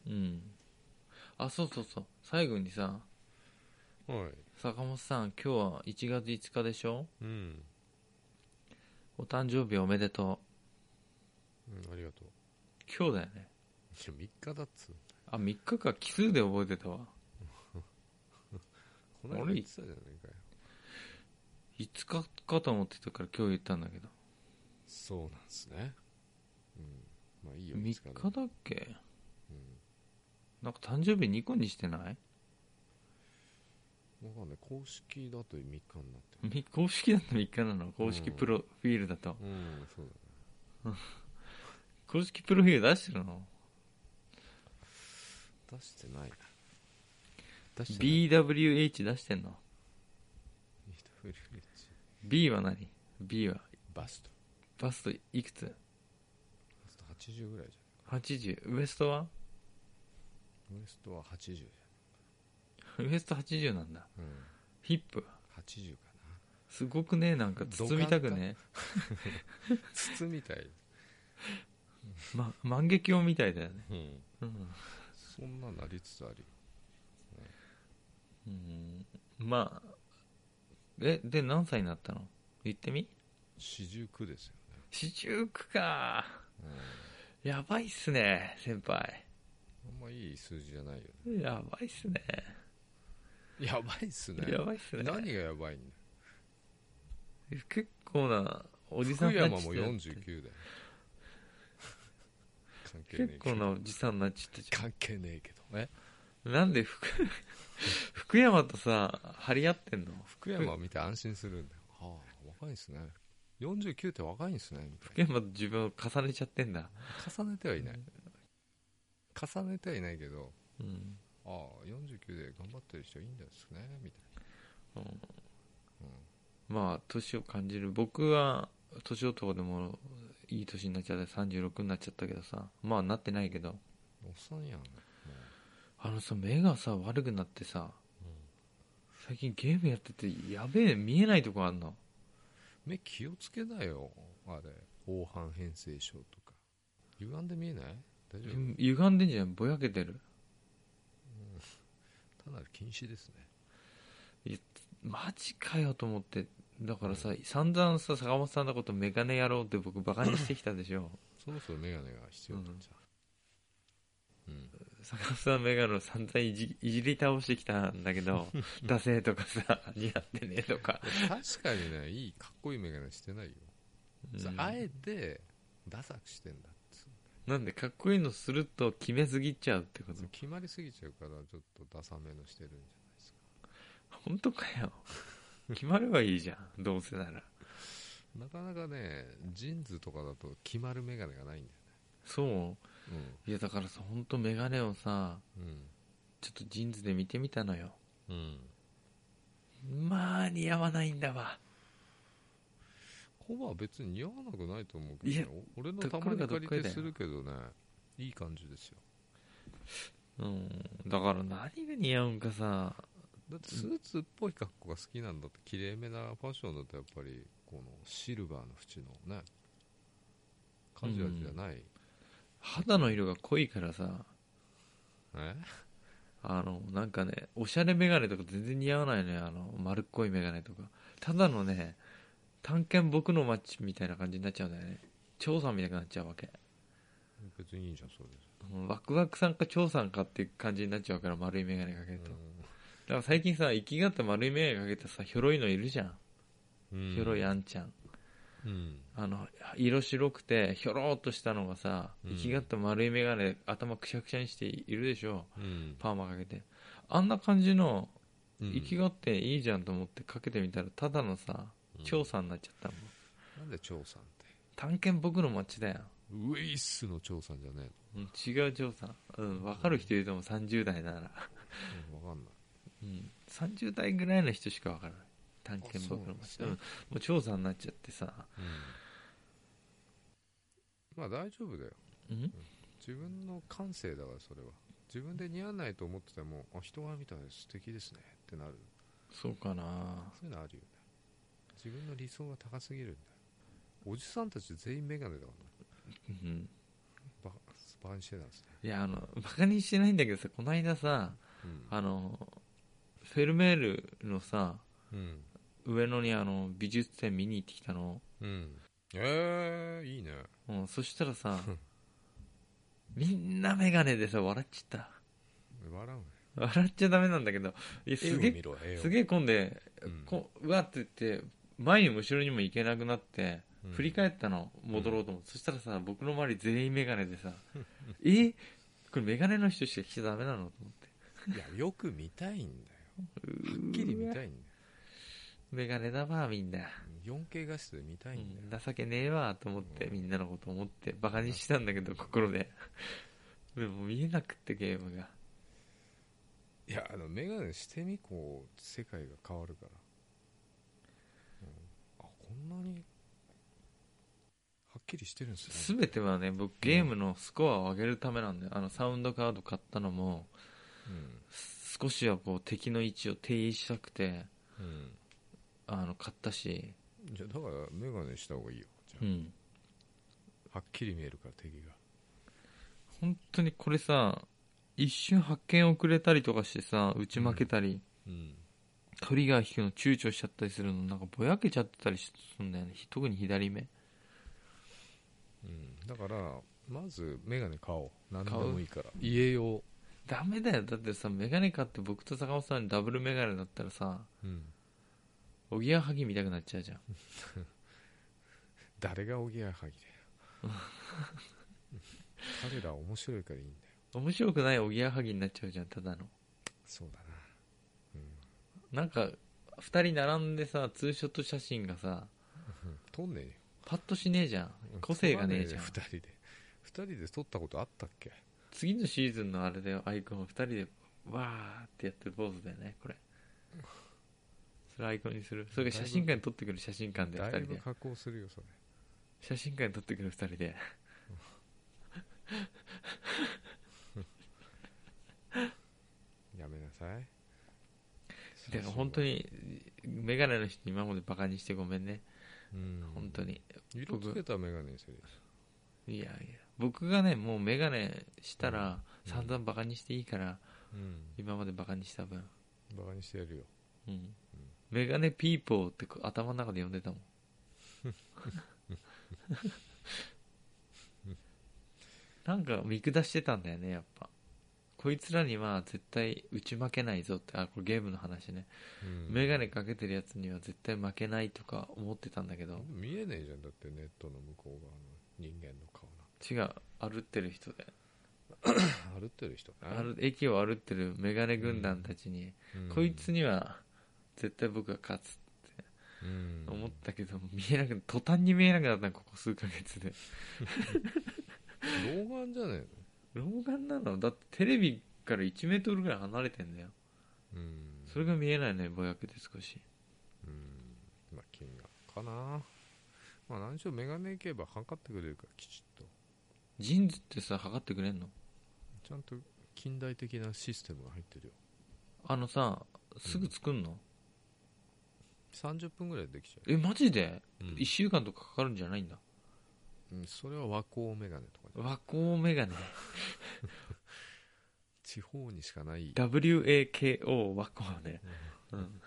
S1: うんあそうそうそう最後にさ
S2: ねはい
S1: 坂本さん今日は1月5日でしょ
S2: うん、
S1: お誕生日おめでと
S2: うん、ありがとう
S1: う今日だよね
S2: いや3日だっつう
S1: あ3日か奇数で覚えてたわ
S2: この間言ってたじゃないかよ
S1: 5日かと思ってたから今日言ったんだけど
S2: そうなんですねうんまあいいよ
S1: 3
S2: いつか
S1: 日
S2: ね
S1: だっけ
S2: うん
S1: なんか誕生日2個にしてない
S2: わかんない公式だと3日になって
S1: み公式だと3日なの公式プロフィールだと、
S2: るうんそうだね
S1: 公式プロフィール出してるの
S2: 出してないな出してない
S1: BWH 出してんの
S2: BWH
S1: B は何 ?B は
S2: バスト
S1: バストいくつ
S2: バスト80ぐらいじ
S1: ?80 ウエストは
S2: ゃんウエストは80じ
S1: ウエスト80なんだ
S2: ゃんうん
S1: ヒップ
S2: 80かな
S1: すごくねなんか包みたくね
S2: 筒みたい
S1: ま万華鏡みたいだよね
S2: う
S1: う
S2: ん
S1: ん、
S2: そんななりつつあるよ
S1: うん、まあえで何歳になったの言ってみ
S2: 四十九ですよね
S1: 四十九か
S2: うん
S1: やばいっすね先輩
S2: あんまいい数字じゃないよね
S1: やばいっすね
S2: やばいっすね
S1: やばいっすね
S2: 何がやばいんだよ
S1: 結構なおじさん
S2: 福
S1: たち
S2: 山も49だよ関係ねえ
S1: 結
S2: け
S1: 構
S2: ど
S1: なおじさんになっちゃったじ
S2: 関係ねえけどね
S1: ゃんなんで福 福山とさ張り合ってんの
S2: 福山を見て安心するんだよはあ若いですね49って若いんですねみたい
S1: 福山と自分を重ねちゃってんだ
S2: な重ねてはいない重ねてはいないけど
S1: うん、
S2: ああ49で頑張ってる人いいんですねみたい
S1: うん
S2: な、
S1: まあ年を感じる僕は年男でもいい年になっちゃって36になっちゃったけどさまあなってないけど
S2: うん、おっさんやんも
S1: あのさ目がさ悪くなってさ最近ゲームやっててやべえ見えないとこあんの
S2: う目気をつけなよあれ黄斑変性症とか歪んで見えない大丈夫
S1: 歪んでんじゃんぼやけてる
S2: 単なる禁止ですね
S1: マジかよと思ってだからさ散々さ坂本さんのことメガネ野郎って僕バカにしてきたでしょ
S2: そろそろ眼鏡が必要なんじゃん、うん
S1: 坂本さんのメガネを散々いじいじり倒してきたんだけどダセーとかさ似合ってねえとか、
S2: 確かにね いいかっこいい眼鏡してないよ、そうあえてダサくしてんだっつう
S1: なんでかっこいいのすると決めすぎちゃうってこと
S2: 決まりすぎちゃうからちょっとダサめのしてるんじゃないですか
S1: 本当かよ決まればいいじゃんどうせなら
S2: なかなかねジーンズとかだと決まる眼鏡がないんだ
S1: そう
S2: よね
S1: いやだからさ本当メガネをさ
S2: うん
S1: ちょっとジーンズで見てみたのよ
S2: うん、うん、
S1: まあ似合わないんだわ
S2: コバは別に似合わなくないと思うけ
S1: い
S2: どね、
S1: や
S2: お俺の
S1: どったかり
S2: まに
S1: がどっ
S2: 借
S1: かり
S2: り
S1: だよ
S2: てするけどねいい感じですよ
S1: うんだから何が似合うんかさ
S2: だってスーツっぽい格好が好きなんだってきれいめなファッションだとやっぱりこのシルバーの縁のねカジュアルじゃない、
S1: 肌の色が濃いからさ
S2: え
S1: あのなんかねおしゃれメガネとか全然似合わないのよあの丸っこいメガネとかただのね探検僕の街みたいな感じになっちゃうんだよね調査みたいになっちゃうわけ
S2: 別にいいじゃんそれで
S1: うんワクワクさんか長さんかっていう感じになっちゃうから丸い眼鏡かけると、だから最近さ生きがって丸い眼鏡かけたさひょろいのいるじゃん、
S2: うん
S1: ひょろいあんちゃん
S2: ううん
S1: あの色白くてひょろっとしたのがさ、
S2: う
S1: 生
S2: ん
S1: きがった丸い眼鏡頭くしゃくしゃにしているでしょ
S2: うん
S1: パーマかけてあんな感じの
S2: うん
S1: 生きがっていいじゃんと思ってかけてみたらただのさ
S2: うん
S1: 調査になっちゃったもん
S2: なんで張さんって
S1: 探検僕の街だよ
S2: ウェイスの張さんじゃね
S1: うん違う調査うん分かる人いると思う30代なら、
S2: えの、うん、わかんない
S1: うん、30代ぐらいの人しか分からない探検僕の
S2: あ
S1: 街、
S2: そううんな
S1: も
S2: んで
S1: う調査になっちゃってさ
S2: まあ大丈夫だよ
S1: うん
S2: 自分の感性だからそれは自分で似合わないと思っててもあ人が見たら素敵ですねってなる
S1: そうかな
S2: そういうのあるよね自分の理想が高すぎるんだよおじさんたち全員メガネだからな
S1: うん
S2: バカバカにしてたんですね
S1: いやあのバカにしてないんだけどさこの間さ
S2: うん
S1: あのフェルメールのさ
S2: うん、
S1: 上野にあの美術展見に行ってきたの、
S2: うん、ええいいね
S1: うん、そしたらさみんな眼鏡でさ笑っちゃっ
S2: 笑うね
S1: た笑っちゃダメなんだけどいや
S2: 絵
S1: す
S2: を
S1: げ
S2: 見
S1: え
S2: ろ絵を
S1: すげえ混んで
S2: うん
S1: こううわって言って前にも後ろにも行けなくなって
S2: うん
S1: 振り返ったの戻ろうと思って、そしたらさ僕の周り全員眼鏡で さえこれ眼鏡の人しか来ちゃダメなのと思って
S2: いやよく見たいんだよ
S1: は
S2: はっきり見
S1: い
S2: たいんだよ
S1: 眼鏡だわみんな
S2: 4K 画質で見たいんだよ、
S1: うん情けねえわと思って、
S2: うん
S1: みんなのこと思ってバカにしてたんだけど心で でも見えなくってゲームが
S2: いやあの眼鏡してみこう世界が変わるから、うん、あこんなにはっきりしてるんですね、
S1: 全てはね僕ゲームのスコアを上げるためなんだよあのサウンドカード買ったのもす少しはこう敵の位置を定位したくて
S2: うんうん
S1: あの買ったし、
S2: じゃあだから眼鏡した方がいいよじゃあ、
S1: うん、
S2: はっきり見えるから敵が
S1: 本当にこれさ一瞬発見遅れたりとかしてさ打ち負けたり、
S2: うん
S1: トリガー引くの躊躇しちゃったりするのなんかぼやけちゃってたりするんだよね特に左目
S2: うんだからまず眼鏡買おう何で
S1: 買う
S2: もいいから家用
S1: ダメだよだってさメガネ買って僕と坂本さんにダブルメガネだったらさ
S2: うん
S1: おぎやはぎ見たくなっちゃうじゃん
S2: 誰がおぎやはぎだよ 彼ら面白いからいいんだよ
S1: 面白くないおぎやはぎになっちゃうじゃんただの
S2: そうだな
S1: なんか2人並んでさツーショット写真がさ
S2: うん撮んねえよ
S1: パッとしねえじゃん個性がねえじゃん
S2: 2人で2人で撮ったことあったっけ
S1: 次のシーズンのあれだよアイコンを2人でわーってやってるポーズだよねこれそれアイコンにするそれが写真館に撮ってくる写真館で
S2: だ
S1: 2
S2: い
S1: 人
S2: ぶ
S1: で
S2: 加工するよそれ
S1: 写真館に撮ってくる2人で
S2: やめなさい
S1: でも本当にメガネの人今までバカにしてごめんね
S2: うん
S1: 本当に
S2: 色つけた眼鏡にする
S1: いやいや僕がねもうメガネしたら
S2: うん
S1: 散々バカにしていいから
S2: うん
S1: 今までバカにした分
S2: バカにしてやるよ
S1: うんメガネピーポーってこう頭の中で呼んでたも んなんか見下してたんだよねやっぱこいつらには絶対打ち負けないぞってあこれゲームの話ね
S2: うん
S1: メガネかけてるやつには絶対負けないとか思ってたんだけど
S2: 見えねえじゃんだってネットの向こう側の人間の顔
S1: 違う歩ってる人で
S2: な 歩ってる人ね
S1: 歩駅を歩ってるメガネ軍団たちに、
S2: うん
S1: こいつには絶対僕が勝つ
S2: うん
S1: と思ったけど、見えなく途端に見えなくなったのここ数ヶ月で
S2: 老眼じゃね
S1: 老眼なのだってテレビから1メートルぐらい離れてんだよ
S2: えのうん
S1: それが見えないねぼやけて少し
S2: うんまあ金額かなまあ何しろ眼鏡いけば測ってくれるからきちっと
S1: ジーンズってさ測ってくれんの
S2: ちゃんと近代的なシステムが入ってるよ
S1: あのさすぐ作んの、
S2: 30分ぐらいでできちゃ
S1: えマジで
S2: う、うん
S1: 1週間とかかかるんじゃないんだ
S2: うんそれは和光眼鏡とかね
S1: 和光メガネ
S2: 地方にしかない
S1: WAKO 和光ね
S2: うん
S1: うん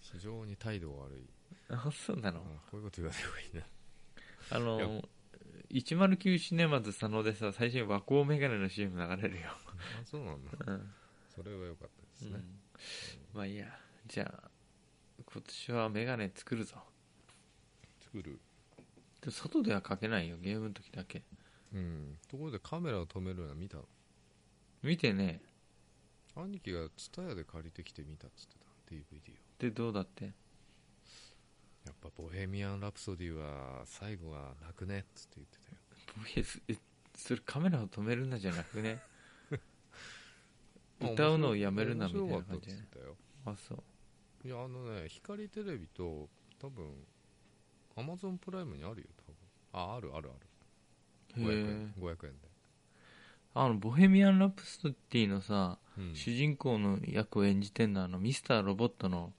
S2: 非常に態度が悪い
S1: あそうな
S2: あ
S1: の
S2: こういうこと言わない方がいいな
S1: あ
S2: い
S1: の109シネマズ佐野でさ最初に和光メガネの CM 流れるよ、
S2: あそうなんだ
S1: うん
S2: それは良かったです
S1: う
S2: ね
S1: ん、まあいいやじゃあ今年はメガネ作るぞ
S2: 作作る、
S1: で外では書けないよゲームの時だけ
S2: うん、ところでカメラを止めるのは見たの
S1: 見てね
S2: 兄貴がツタヤで借りてきて見たっつってた DVD を
S1: でどうだって
S2: やっぱ「ボヘミアン・ラプソディ」は最後は泣くねっつって言ってたよ
S1: ボヘスえそれカメラを止めるんだじゃなく ね歌うのをやめるなみたいな感じ
S2: 面白かったっつってたよ
S1: あそう
S2: いやあのね光テレビと多分アマゾンプライムにあるよ多分ああるあるあ
S1: へ
S2: る500円
S1: え
S2: 500円で、
S1: あのボヘミアン・ラプソディのさ、
S2: うん
S1: 主人公の役を演じてんのはあのミスターロボットの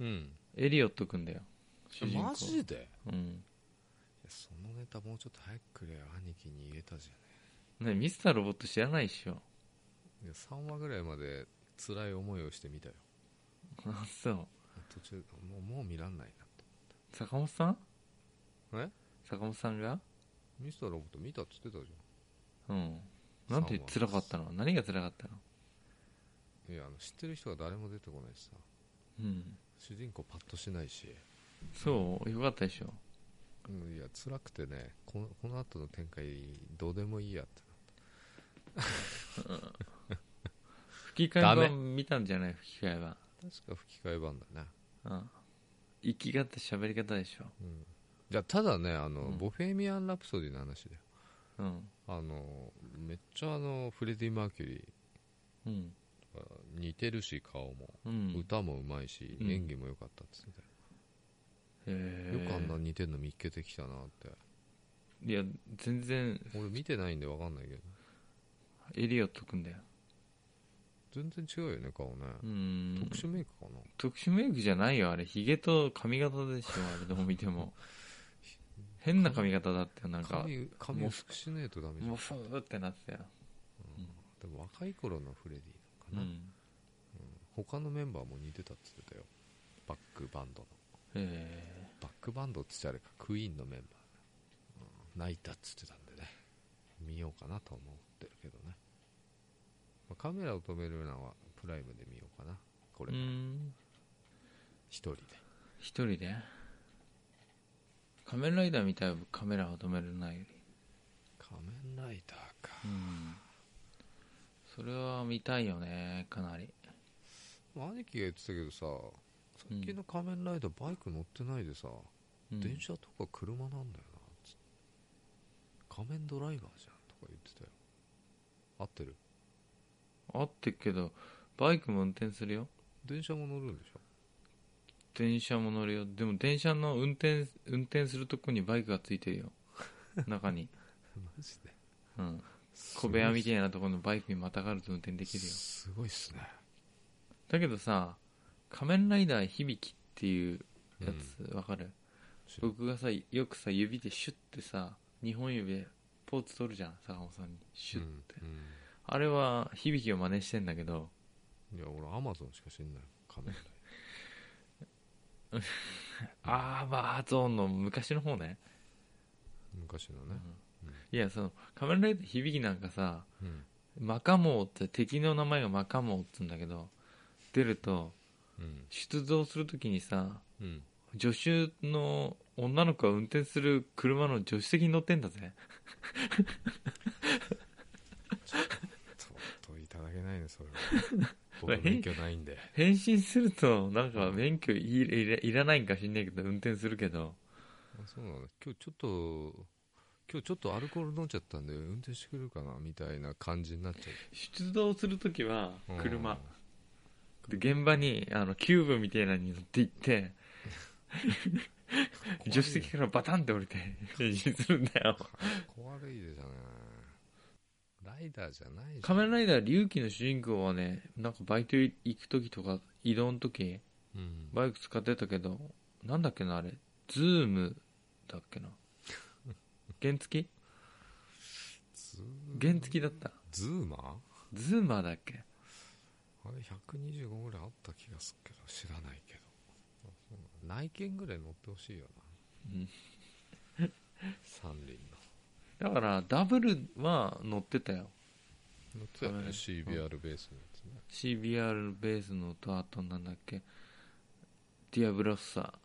S2: うん、
S1: エリオットくんだよ主人公
S2: マジでいや
S1: うん
S2: そのネタもうちょっと早くくれよ兄貴に言えたじゃ
S1: ねミスターロボット知らないっしょ
S2: んいや3話ぐらいまで辛い思いをしてみたよ
S1: あそう
S2: 途中もうもう見らんないな
S1: 坂本さん
S2: とえ
S1: 坂本さんが
S2: ミスターロボット見たっつってたじ
S1: うんなんて辛かったの何が辛かったの
S2: ゃんいやあの知ってる人が誰も出てこないしさ
S1: うん
S2: 主人公パッとしないし、
S1: そうよかったでしょ
S2: うん、いや辛くてねこのこの後の展開どうでもいいやって
S1: 吹き替え版
S2: ダメ
S1: 見たんじゃない吹き替え版
S2: 確か吹き替え版だな、
S1: うん生き方喋り方でしょ
S2: うん、じゃあただねあの、
S1: うん
S2: ボフェミアン・ラプソディの話だよ
S1: うん
S2: あのめっちゃあのフレディ・マーキュリ
S1: うん
S2: ーは似てるし顔も、
S1: うん
S2: 歌もうまいし、
S1: うん
S2: 演技も良かったっつってたよ、
S1: よ
S2: よくあんな似てんの見っけてきたなって
S1: いや全然
S2: 俺見てないんで分かんないけど
S1: エリオットくんだよ
S2: 全然違うよね顔ね、
S1: うん
S2: 特殊メイクかな
S1: 特殊メイクじゃないよあれヒゲと髪型でしょあれどう見ても変な髪型だったよなんか
S2: 髪髪薄くしねえとダメじゃん、
S1: もうふーってなってたよ、
S2: でも若い頃のフレディ
S1: う
S2: なのかな、
S1: ん、
S2: 他のメンバーも似てたっつってたよバックバンドの
S1: え
S2: バックバンドっつってあれかクイーンのメンバー、うん泣いたっつってたんでね見ようかなと思ってるけどね、まあカメラを止めるのはプライムで見ようかなこ
S1: ー、う
S2: れから
S1: ん
S2: 一人で
S1: 一人で仮面ライダーみたいカメラを止めるないより
S2: 仮面ライダーか
S1: うんそれは見たいよねかなり
S2: まあ兄貴が言ってたけどさ最近の仮面ライダーバイク乗ってないでさ、
S1: うん
S2: 電車とか車なんだよなつって仮面ドライバーじゃんとか言ってたよ合ってる
S1: あってっけどバイクも運転するよ
S2: 電車も乗るん でしょ
S1: 電車も乗るよでも電車の運転運転するとこにバイクがついて るよ中に、
S2: マジで
S1: うん、小部屋みたいなところのバイクにまたがると運転できるよ
S2: すごいっすね
S1: だけどさ「仮面ライダー響き」っていうやつわ、かる
S2: 知らん
S1: 僕がさよくさ指でシュッてさ2本指でポーズ取るじゃん坂本さんにシュッて、
S2: うん
S1: あれは響きを真似してんだけど
S2: うんいや俺アマゾンしか知んない仮面ライ
S1: あーバーゾーンの昔の方ね
S2: ダー昔のね
S1: いやその仮面ライダー響きなんかさ
S2: うん
S1: マカモウって敵の名前がマカモウって言うんだけど出ると
S2: うん
S1: 出動するときにさ
S2: うん
S1: 助手の女の子が運転する車の助手席に乗ってんだぜ
S2: ちょっといただけないねそれは 僕免許ないんで
S1: 変身するとなんか免許いいらいらないんか知んないけど運転するけど
S2: あそうなの今日ちょっと今日ちょっとアルコール飲んじゃったんで運転してくれるかなみたいな感じになっちゃ
S1: 出動するときは
S2: う
S1: 車で現場にあのキューブみたいなのに乗って行って
S2: うん
S1: 助手席からバタンって降りて変身するんだよ
S2: 怖いでじゃねライダーじゃないじゃん
S1: 仮面ライダー龍騎の主人公はねなんかバイト行く時とか移動の時
S2: うん
S1: バイク使ってたけどなんだっけなあれズームだっけな原付
S2: ズ
S1: 原付だった
S2: ズーマ
S1: ズーマーだっけ
S2: ーあれ125ぐらいあった気がするけど知らないけどあそうなの内見ぐらい乗ってほしいよな、
S1: うん
S2: 三輪
S1: だからダブルは乗ってたよ
S2: の乗ってたよね
S1: はい
S2: CBR ベースのやつね
S1: CBR ベースのとあとなんだっけディアブロッサ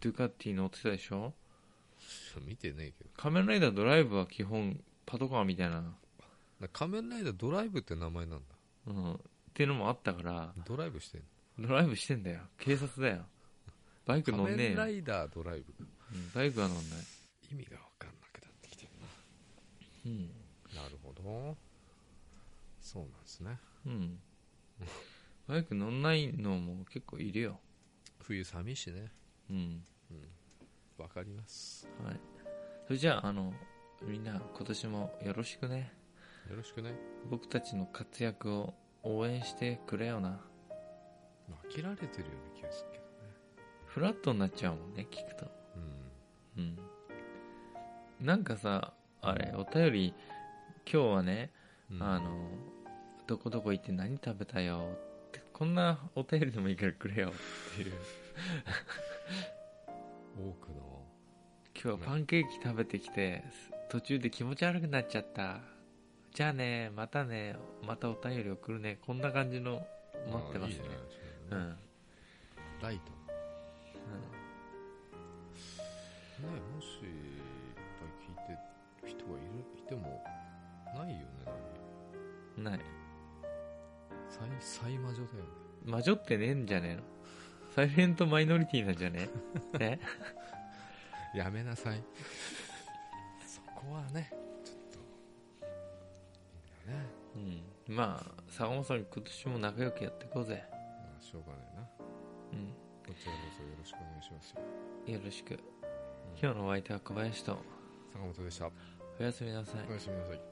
S1: ドゥカティ乗ってたでしょ
S2: 見てねえけど
S1: 仮面ライダードライブは基本パトカーみたいな、
S2: な仮面ライダードライブって名前なんだ
S1: うん、っていうのもあったから
S2: ドライブしてんの
S1: ドライブしてんだよ警察だよバイク乗ん
S2: 仮
S1: ねえ
S2: 面
S1: よ
S2: ラ、イダードライブ
S1: うんバイクは乗んない、
S2: 意味が分かんなくなってきてる
S1: うん
S2: ななるほどそうなんですね
S1: うん、バイク乗んないのも結構いるよ、
S2: 冬寒いしね
S1: うん
S2: わかります
S1: はい、それじゃああのみんな今年もよろしくね
S2: よろしくね、
S1: 僕たちの活躍を応援してくれよな
S2: まあ、飽きられてるような気がするけどね
S1: フラットになっちゃうもんね聞くと
S2: うん
S1: うんなんかさあれお便り今日はね、
S2: うん
S1: あのどこどこ行って何食べたよってこんなお便りでもいいからくれよっていう
S2: 多くの
S1: 今日はパンケーキ食べてきて途中で気持ち悪くなっちゃったじゃあねまたねまたお便り送るねこんな感じの待ってますね
S2: ああいいじ
S1: う
S2: ゃ
S1: ん、
S2: な
S1: う
S2: い
S1: ん、
S2: ライトねもしいっぱい聞いてる人がいるいてもないよねなん
S1: な
S2: か
S1: い
S2: 最最魔女だよね
S1: 魔女ってねえんじゃねえのサイレントマイノリティなんじゃねえね
S2: やめなさい そこはねちょっといいんだよね
S1: うんまあ坂本さん今年も仲良くやっていこうぜ
S2: まあしょうがないな
S1: う
S2: こちらこそよろしくお願いしますよ
S1: んよろしく今日のお相手は小林と
S2: 坂本でした
S1: おやすみなさい
S2: おやすみなさい